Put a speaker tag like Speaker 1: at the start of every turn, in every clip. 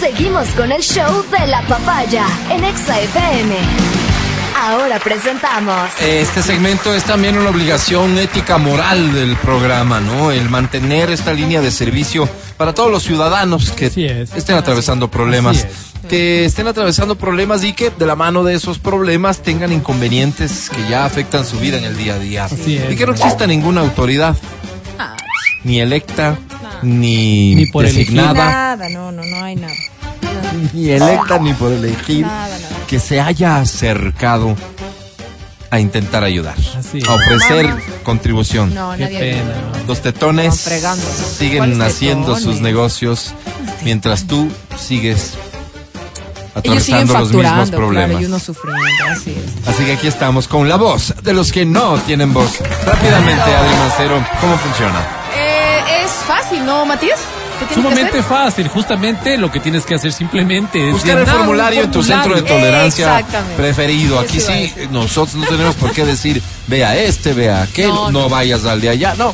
Speaker 1: Seguimos con el show de la papaya en Exa FM. Ahora presentamos.
Speaker 2: Este segmento es también una obligación ética moral del programa, ¿no? El mantener esta línea de servicio para todos los ciudadanos que
Speaker 3: Así es.
Speaker 2: estén atravesando problemas.
Speaker 3: Así es.
Speaker 2: Que estén atravesando problemas y que de la mano de esos problemas tengan inconvenientes que ya afectan su vida en el día a día.
Speaker 3: Así es.
Speaker 2: Y que no exista ninguna autoridad,
Speaker 4: Ah,
Speaker 2: ni electa,
Speaker 4: Ah.
Speaker 2: ni,
Speaker 3: Ni por
Speaker 2: designada,
Speaker 4: Nada, no, no, no hay nada.
Speaker 2: ni electa, ni por elegir,
Speaker 4: Nada, nada.
Speaker 2: que se haya acercado a intentar ayudar,
Speaker 3: Así es.
Speaker 2: a ofrecer contribución.
Speaker 4: No,
Speaker 3: Qué
Speaker 4: nadie ayuda.
Speaker 3: pena. ¿no?
Speaker 2: Los tetones
Speaker 4: Están fregando.
Speaker 2: siguen
Speaker 4: ¿Cuáles
Speaker 2: haciendo
Speaker 4: tetones?
Speaker 2: sus negocios mientras tú sigues
Speaker 4: Ellos siguen
Speaker 2: atravesando los mismos
Speaker 4: facturando, claro,
Speaker 2: problemas.
Speaker 4: y uno sufriendo, así es.
Speaker 2: Así que aquí estamos con la voz de los que no tienen voz. Rápidamente, Adri Mancero, ¿cómo funciona?
Speaker 5: Eh, es fácil, ¿no, Matías? ¿Qué tienes que
Speaker 3: Sumamente
Speaker 5: hacer?
Speaker 3: fácil, justamente lo que tienes que hacer simplemente es
Speaker 2: Buscar el
Speaker 3: llenar un
Speaker 2: formulario en tu centro de
Speaker 3: formulario.
Speaker 2: tolerancia
Speaker 4: Exactamente.
Speaker 2: preferido. Aquí
Speaker 4: Eso iba a
Speaker 2: sí, nosotros no tenemos por qué decir, vea este, vea aquel,
Speaker 4: No,
Speaker 2: no vayas al de allá. No,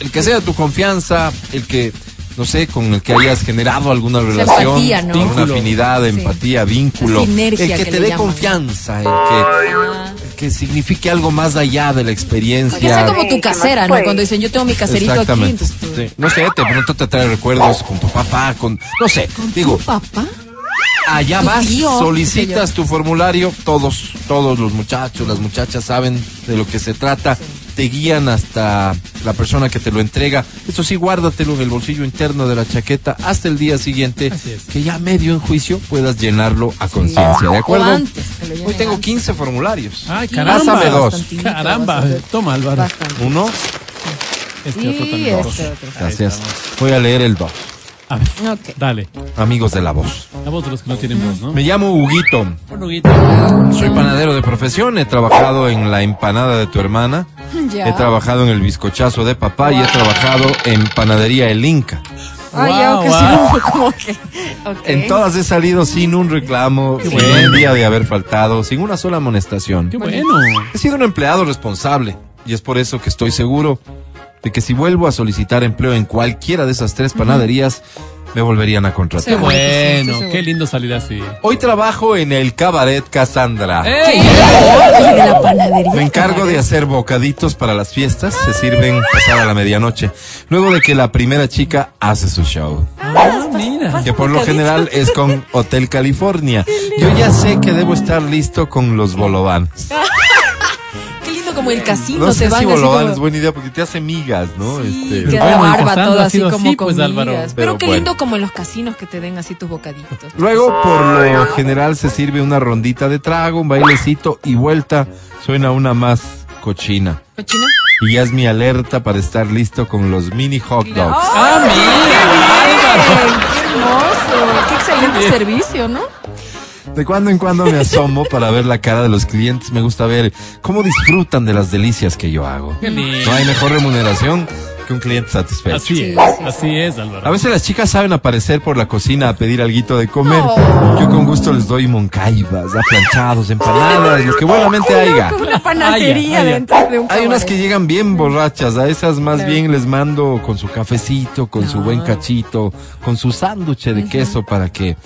Speaker 2: el que sea de tu confianza, el que, no sé, con el que hayas generado alguna relación,
Speaker 4: empatía, ¿no?
Speaker 2: alguna
Speaker 3: Vínculo.
Speaker 2: afinidad, empatía, vínculo.
Speaker 4: sinergia
Speaker 2: el que,
Speaker 4: que
Speaker 2: te
Speaker 4: le
Speaker 2: dé
Speaker 4: llaman.
Speaker 2: confianza, el que, el que signifique algo más allá de la experiencia.
Speaker 4: Que sea Ah, como tu casera, ¿no? Cuando dicen, yo tengo mi caserito aquí,
Speaker 2: Exactamente.
Speaker 4: entonces pues, tú-
Speaker 2: Sí. No sé, de pronto te trae recuerdos con tu papá, con. No sé, digo,
Speaker 4: Papá,
Speaker 2: allá
Speaker 4: tu
Speaker 2: vas,
Speaker 4: tío, qué
Speaker 2: solicitas
Speaker 4: sé
Speaker 2: tu formulario, todos, todos los muchachos, las muchachas saben de lo que se trata, te guían hasta la persona que te lo entrega. Eso sí, guárdatelo en el bolsillo interno de la chaqueta hasta el día siguiente,
Speaker 3: Así es.
Speaker 2: que ya medio en juicio puedas llenarlo a conciencia, ¿de acuerdo?
Speaker 4: O antes que lo llenen
Speaker 2: Hoy tengo
Speaker 4: antes.
Speaker 2: 15 formularios.
Speaker 3: Ay,
Speaker 2: Pásame
Speaker 3: caramba.
Speaker 2: dos.
Speaker 4: Bastantinito,
Speaker 3: Caramba.
Speaker 4: bastante.
Speaker 3: Toma, Álvaro.
Speaker 4: bastante.
Speaker 2: Uno,
Speaker 3: Este otro
Speaker 4: Y
Speaker 3: también.
Speaker 4: este otro.
Speaker 2: gracias. Voy a leer el dos.
Speaker 3: A ver,
Speaker 4: Ok.
Speaker 3: dale.
Speaker 2: Amigos de la voz.
Speaker 3: La voz de los que no tienen voz, ¿no?
Speaker 2: Me llamo Huguito.
Speaker 3: Bueno, Guita,
Speaker 2: Soy panadero de profesión, he trabajado en la empanada de tu hermana,
Speaker 4: Ya.
Speaker 2: he trabajado en el bizcochazo de papá y he trabajado en panadería El Inca.
Speaker 4: Ay, ya,
Speaker 3: Guau,
Speaker 4: que
Speaker 3: guau.
Speaker 4: sí, como que. ok.
Speaker 2: En todas he salido sin un reclamo, sin
Speaker 3: bueno.
Speaker 2: un día de haber faltado, sin una sola amonestación.
Speaker 3: Qué bueno.
Speaker 2: He sido un empleado responsable y es por eso que estoy seguro de que si vuelvo a solicitar empleo en cualquiera de esas tres panaderías, me volverían a
Speaker 3: Qué
Speaker 2: contratar.
Speaker 4: Seguro que sí, estoy
Speaker 3: bueno.
Speaker 4: seguro.
Speaker 3: Qué lindo salir así.
Speaker 2: Hoy trabajo en el cabaret Cassandra.
Speaker 4: ¡Eh!
Speaker 3: ¡Ey!
Speaker 4: Oye, de la panadería.
Speaker 2: Me encargo de hacer bocaditos para las fiestas, se sirven pasada la medianoche, luego de que la primera chica hace su show,
Speaker 3: Ah, mira.
Speaker 2: que por lo general es con Hotel California. Yo ya sé que debo estar listo con los bolovanes.
Speaker 4: Qué lindo como el casino
Speaker 2: No
Speaker 4: se
Speaker 2: sé
Speaker 4: van
Speaker 2: si
Speaker 4: así
Speaker 2: bolovan
Speaker 4: como-
Speaker 2: es buena idea porque te hace migas, ¿no?
Speaker 4: Sí,
Speaker 2: Este,
Speaker 4: queda
Speaker 3: Bueno, y
Speaker 4: barba
Speaker 3: Cassandra
Speaker 4: todo
Speaker 3: ha
Speaker 4: así
Speaker 3: sido
Speaker 4: como
Speaker 3: así, pues,
Speaker 4: comidas.
Speaker 3: Álvaro.
Speaker 4: Pero,
Speaker 2: Pero
Speaker 4: qué
Speaker 2: bueno.
Speaker 4: lindo como en los casinos que te den así tus bocaditos.
Speaker 2: Luego, por lo general, se sirve una rondita de trago, un bailecito y vuelta. Suena una más cochina.
Speaker 4: ¿Cochino?
Speaker 2: Y ya es mi alerta para estar listo con los mini hot dogs.
Speaker 3: ¡Ah, mira!
Speaker 4: Ay, ¡Qué hermoso! ¡Qué excelente servicio, ¿no?
Speaker 2: De cuando en cuando me asomo para ver la cara de los clientes. Me gusta ver cómo disfrutan de las delicias que yo hago.
Speaker 3: Qué lindo.
Speaker 2: No hay mejor remuneración que un cliente satisfecho.
Speaker 3: Así es,
Speaker 4: sí, sí.
Speaker 3: así es,
Speaker 2: A
Speaker 3: Álvaro.
Speaker 2: veces las chicas saben aparecer por la cocina a pedir alguito de comer. Yo con gusto les doy moncaibas, aplanchados, empanadas, lo que buenamente haya.
Speaker 3: panadería
Speaker 4: Una panadería
Speaker 3: Ay, ya, ay, ya.
Speaker 4: dentro de un
Speaker 2: Hay unas que llegan bien borrachas, a esas más bien les mando con su cafecito, con su buen cachito, con su sándwich de queso para que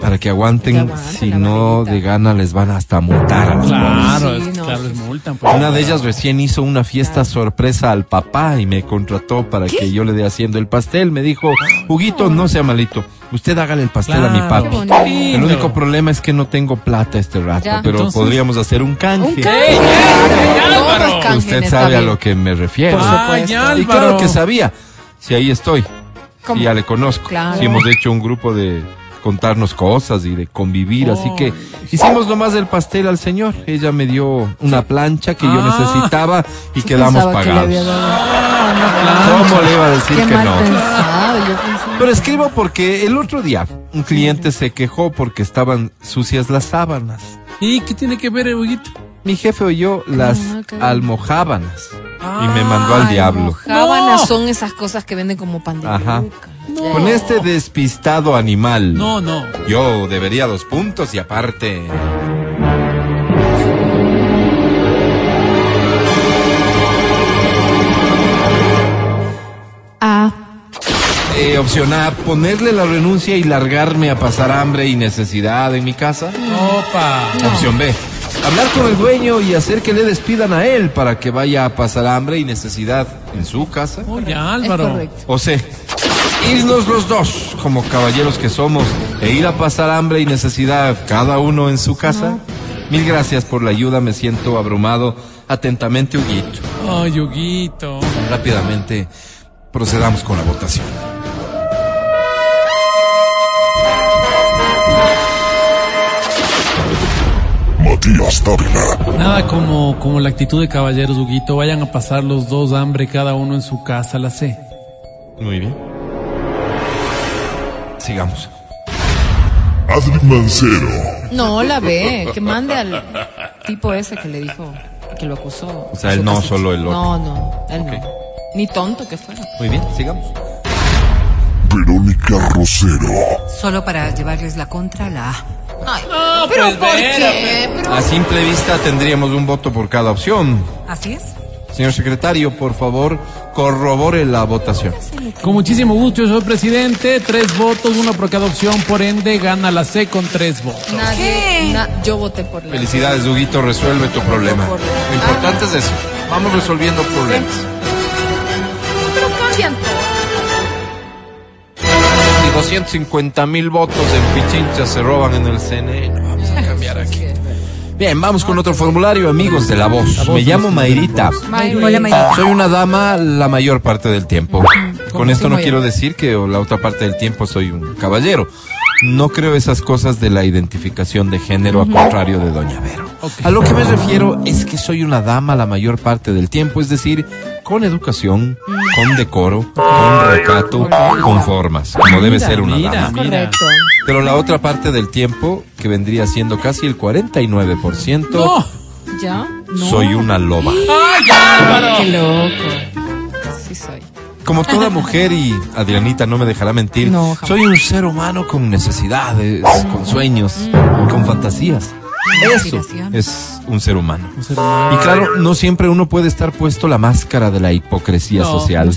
Speaker 2: para que aguanten,
Speaker 4: Mm. Que aguanten
Speaker 2: si
Speaker 4: la
Speaker 2: no
Speaker 4: barriguita.
Speaker 2: de gana les van hasta a multar a las pobres.
Speaker 3: Claro,
Speaker 4: Sí,
Speaker 3: es-
Speaker 4: no,
Speaker 3: claro,
Speaker 4: sí,
Speaker 3: es multan. pues.
Speaker 2: Una de ellas recién hizo una fiesta sorpresa al papá y me contrató para que yo le dé haciendo el pastel. Me dijo, Huguito, no sea malito, usted hágale el pastel a mi
Speaker 3: Claro.
Speaker 2: papi.
Speaker 4: Qué bonito.
Speaker 2: El único problema es que no tengo plata este rato,
Speaker 4: Ya.
Speaker 2: pero
Speaker 3: Entonces-
Speaker 2: podríamos hacer un canje.
Speaker 4: Un
Speaker 3: ¡Ey, ey, Álvaro!
Speaker 4: Todos canjean,
Speaker 2: Usted
Speaker 4: está
Speaker 2: sabe a
Speaker 4: bien.
Speaker 2: lo que me refiero.
Speaker 3: Por supuesto. Ay,
Speaker 2: y claro
Speaker 3: Álvaro.
Speaker 2: que sabía. Si ahí estoy. Si ya le conozco.
Speaker 4: Claro.
Speaker 2: Si hemos hecho un grupo de contarnos cosas y de convivir. Así
Speaker 3: Oh.
Speaker 2: que hicimos nomás el pastel al señor. Ella me dio una plancha que yo
Speaker 3: Ah.
Speaker 2: necesitaba y
Speaker 4: Yo
Speaker 2: quedamos
Speaker 4: pensaba que le
Speaker 2: pagados.
Speaker 4: había dado-
Speaker 2: ¿Cómo le iba a decir
Speaker 4: Qué
Speaker 2: que
Speaker 4: mal
Speaker 2: no?
Speaker 4: pensado, yo pensaba.
Speaker 2: Pero escribo porque el otro día un cliente se quejó porque estaban sucias las sábanas.
Speaker 3: ¿Y qué tiene que ver, Huguito?
Speaker 2: Mi jefe oyó las
Speaker 4: Ah, qué bien.
Speaker 2: almojábanas y me mandó al
Speaker 4: Ay,
Speaker 2: diablo.
Speaker 4: Mojábanas
Speaker 3: No.
Speaker 4: son esas cosas que venden como pan de
Speaker 2: Ajá.
Speaker 4: yuca.
Speaker 2: Con este despistado animal.
Speaker 3: No, no.
Speaker 2: Yo debería dos puntos y aparte.
Speaker 4: Ah,
Speaker 2: eh, opción A, ponerle la renuncia y largarme a pasar hambre y necesidad en mi casa.
Speaker 3: Opa.
Speaker 2: Opción B, hablar con el dueño y hacer que le despidan a él para que vaya a pasar hambre y necesidad en su casa.
Speaker 3: Oye,
Speaker 4: Es
Speaker 3: Álvaro.
Speaker 4: correcto.
Speaker 2: O sea, irnos los dos como caballeros que somos e ir a pasar hambre y necesidad cada uno en su casa. Mil gracias por la ayuda, me siento abrumado. Atentamente, Huguito.
Speaker 3: Ay, Yuguito.
Speaker 2: Rápidamente procedamos con la votación.
Speaker 6: Matías Dávila,
Speaker 3: Nada como, como la actitud de caballeros, Huguito. Vayan a pasar los dos hambre cada uno en su casa, la sé.
Speaker 2: Muy bien. Sigamos.
Speaker 6: Adri Mancero,
Speaker 4: No, la ve. Que mande al tipo ese que le dijo, que lo acusó.
Speaker 2: O sea,
Speaker 4: Su
Speaker 2: él no,
Speaker 4: casita.
Speaker 2: solo el otro.
Speaker 4: No, no, él
Speaker 2: Ok.
Speaker 4: no. Ni tonto que fuera.
Speaker 2: Muy bien, sigamos.
Speaker 6: Verónica Rosero,
Speaker 7: Solo para llevarles la contra, la A.
Speaker 3: No,
Speaker 4: Pero
Speaker 3: pues,
Speaker 4: ¿por
Speaker 3: Vera,
Speaker 4: qué? Pero-
Speaker 2: A simple vista tendríamos un voto por cada opción.
Speaker 7: Así es.
Speaker 2: Señor secretario, por favor, corrobore la votación.
Speaker 3: Con muchísimo gusto, yo soy presidente. Tres votos, uno por cada opción. Por ende, gana la C con tres votos.
Speaker 4: Nadie. na- yo voté por la.
Speaker 2: Felicidades, Huguito, resuelve tu problema. Lo importante es eso. Vamos resolviendo problemas.
Speaker 4: Pero confiante.
Speaker 2: Si 250 mil votos en Pichincha se roban en el CNE, no vamos a cambiar aquí. Bien, vamos con otro formulario, amigos de la voz. Me llamo Mayrita.
Speaker 7: Hola, Mayrita.
Speaker 2: Soy una dama la mayor parte del tiempo. Con esto no
Speaker 4: Mayor.
Speaker 2: quiero decir que o la otra parte del tiempo soy un caballero. No creo esas cosas de la identificación de género, a contrario de Doña Vero. A lo que me refiero es que soy una dama la mayor parte del tiempo, es decir, con educación, con decoro, con recato, con formas, como debe ser una
Speaker 3: mira,
Speaker 2: dama.
Speaker 3: mira.
Speaker 4: Correcto.
Speaker 2: Pero la otra parte del tiempo, que vendría siendo casi el 49%,
Speaker 3: No.
Speaker 4: ¿Ya? No.
Speaker 2: soy una loba.
Speaker 3: Ay, Álvaro.
Speaker 4: Qué loco. Sí soy.
Speaker 2: Como toda mujer, y Adrianita no me dejará mentir,
Speaker 4: No, jamás.
Speaker 2: soy un ser humano con necesidades, con sueños,
Speaker 3: Mm.
Speaker 2: con fantasías. Eso
Speaker 7: Aspiraciones.
Speaker 2: es un ser humano. Y claro, no siempre uno puede estar puesto la máscara de la hipocresía
Speaker 3: No.
Speaker 2: social.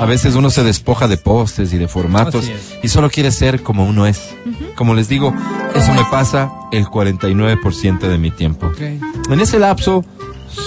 Speaker 2: A veces uno se despoja de postes y de formatos
Speaker 3: Así es.
Speaker 2: y solo quiere ser como uno es. Como les digo, eso me pasa el 49% de mi tiempo.
Speaker 3: Ok.
Speaker 2: En ese lapso,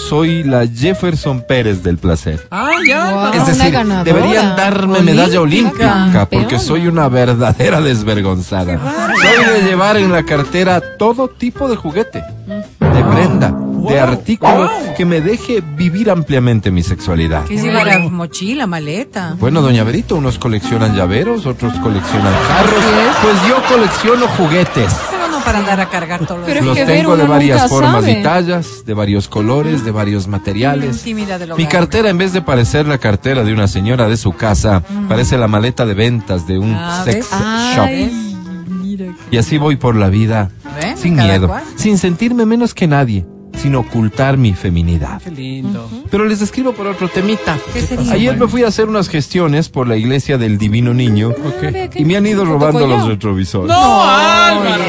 Speaker 2: soy la Jefferson Pérez del placer.
Speaker 3: Ay, Ah, Álvaro.
Speaker 4: Wow.
Speaker 2: Es
Speaker 4: Ah, Una
Speaker 2: decir,
Speaker 4: ganadora
Speaker 2: deberían darme medalla
Speaker 4: olímpica,
Speaker 2: olímpica porque
Speaker 4: campeona.
Speaker 2: soy una verdadera desvergonzada. Soy de llevar en la cartera todo tipo de juguete, de prenda, de artículo que me deje vivir ampliamente mi sexualidad.
Speaker 7: ¿Qué llevará? Mochila, maleta.
Speaker 2: Bueno, doña Verito, unos coleccionan llaveros, otros coleccionan carros. Pues yo colecciono juguetes.
Speaker 7: Pero no para andar a cargar todos los
Speaker 4: Pero- es
Speaker 2: Los
Speaker 4: que ver,
Speaker 2: tengo de
Speaker 4: uno
Speaker 2: varias
Speaker 4: nunca
Speaker 2: formas y
Speaker 4: sabe.
Speaker 2: tallas, de varios colores, de varios materiales.
Speaker 7: Intimidad del
Speaker 2: Mi
Speaker 7: hogar.
Speaker 2: cartera, en vez de parecer la cartera de una señora de su casa, parece la maleta de ventas de un
Speaker 7: Ah,
Speaker 2: sex
Speaker 7: ¿ves?
Speaker 2: shop.
Speaker 4: Ay, mira.
Speaker 2: Y así voy por la vida,
Speaker 7: Bueno,
Speaker 2: sin
Speaker 7: cada
Speaker 2: miedo,
Speaker 7: cual.
Speaker 2: sin sentirme menos que nadie, sin ocultar mi feminidad.
Speaker 3: Qué lindo.
Speaker 2: Pero les escribo por otro temita.
Speaker 7: ¿Qué sería?
Speaker 2: Ayer me fui a hacer unas gestiones por la iglesia del Divino Niño
Speaker 3: Ok.
Speaker 2: y me han ido robando los retrovisores.
Speaker 3: No, Oh, Álvaro.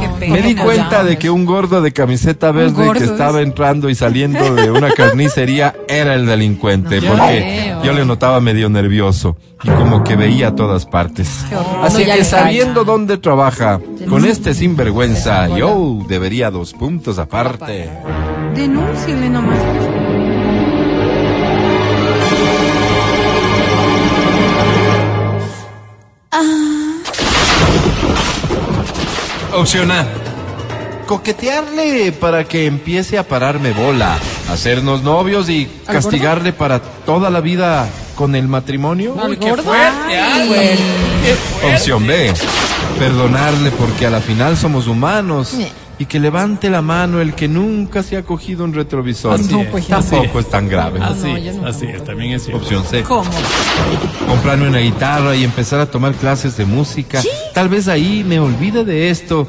Speaker 7: Qué pena.
Speaker 2: Me di cuenta de que un gordo de camiseta verde que
Speaker 4: gordo,
Speaker 2: estaba entrando y saliendo de una carnicería era el delincuente,
Speaker 3: No,
Speaker 2: porque
Speaker 4: ya.
Speaker 2: yo le notaba medio nervioso y como que veía a todas partes. Así
Speaker 4: No, ya
Speaker 2: que
Speaker 4: le
Speaker 2: sabiendo dónde trabaja, con este sinvergüenza, yo debería dos puntos aparte.
Speaker 7: Denúncienle nomás.
Speaker 2: Opción A. Coquetearle para que empiece a pararme bola, hacernos novios y castigarle para toda la vida con el matrimonio.
Speaker 3: Uy, qué fuerte, Álvaro.
Speaker 2: Opción B, perdonarle porque a la final somos humanos y que levante la mano el que nunca se ha cogido un retrovisor.
Speaker 3: Así es, así
Speaker 2: Tampoco es tan grave.
Speaker 3: Así,
Speaker 4: No, yo
Speaker 3: es,
Speaker 4: nunca
Speaker 3: Ah, así es, también es cierto.
Speaker 2: Opción C,
Speaker 7: ¿Cómo?
Speaker 2: comprarme una guitarra y empezar a tomar clases de música. Tal vez ahí me olvide de esto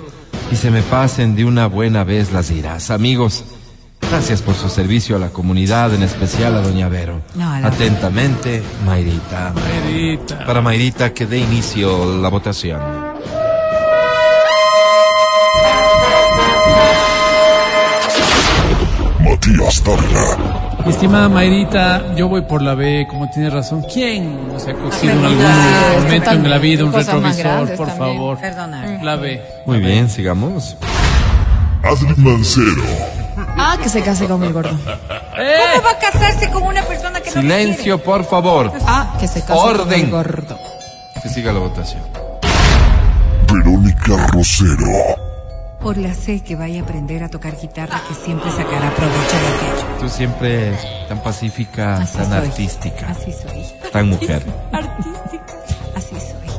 Speaker 2: y se me pasen de una buena vez las iras. Amigos, gracias por su servicio a la comunidad, en especial a Doña Vero.
Speaker 7: No, a la-
Speaker 2: Atentamente, Mayrita.
Speaker 3: Verita.
Speaker 2: Para Mayrita que dé inicio la votación.
Speaker 6: Matías Dávila,
Speaker 3: Estimada Mayrita, yo voy por la B, como tienes razón. ¿Quién nos ha cogido en algún
Speaker 7: Ah, es
Speaker 3: momento en
Speaker 4: total-
Speaker 3: la vida un
Speaker 4: cosas más
Speaker 3: retrovisor?
Speaker 4: grandes
Speaker 3: Por
Speaker 4: también. eh.
Speaker 3: favor.
Speaker 7: Perdona.
Speaker 3: La B.
Speaker 2: Muy bien, sigamos.
Speaker 6: Adric Mancero,
Speaker 4: Ah, que se case con el gordo.
Speaker 7: ¿Cómo va a casarse con una persona que no le quiere?
Speaker 2: Silencio, por favor.
Speaker 4: Ah, que se case con
Speaker 2: Orden.
Speaker 4: el gordo.
Speaker 2: Que siga la votación.
Speaker 6: Verónica Rosero,
Speaker 7: Por la C que vaya a aprender a tocar guitarra que siempre sacará provecho de aquello.
Speaker 2: Tú siempre tan pacífica,
Speaker 7: Así
Speaker 2: tan
Speaker 7: soy.
Speaker 2: artística,
Speaker 7: Así soy.
Speaker 2: tan mujer.
Speaker 7: Artística. Así soy.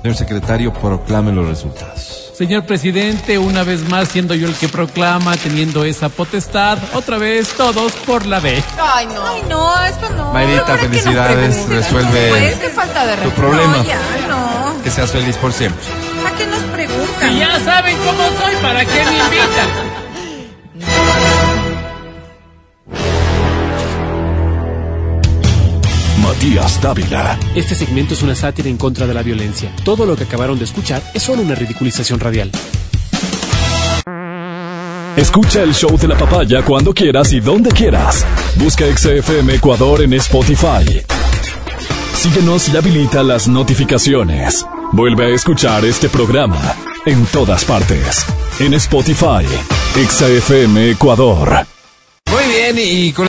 Speaker 2: Señor secretario, proclame los resultados.
Speaker 3: Señor presidente, una vez más siendo yo el que proclama, teniendo esa potestad, otra vez todos por la B.
Speaker 5: Ay, no.
Speaker 7: Ay, no, esto no.
Speaker 2: Mayrita,
Speaker 7: ¿Para qué nos
Speaker 2: felicidades,
Speaker 7: preguntan?
Speaker 2: resuelve
Speaker 7: Pues, qué falta de
Speaker 2: tu
Speaker 7: respeto.
Speaker 2: problema.
Speaker 7: No, ya, no.
Speaker 2: Que seas feliz por siempre.
Speaker 7: ¿A qué nos preguntan?
Speaker 3: ya saben cómo soy, ¿para qué me invitan?
Speaker 6: Matías Dávila,
Speaker 8: Este segmento es una sátira en contra de la violencia. Todo lo que acabaron de escuchar es solo una ridiculización radial.
Speaker 9: Escucha el show de la papaya cuando quieras y donde quieras. Busca XFM Ecuador en Spotify. Síguenos y habilita las notificaciones. Vuelve a escuchar este programa en todas partes. En Spotify, XFM Ecuador.
Speaker 2: Muy bien, y con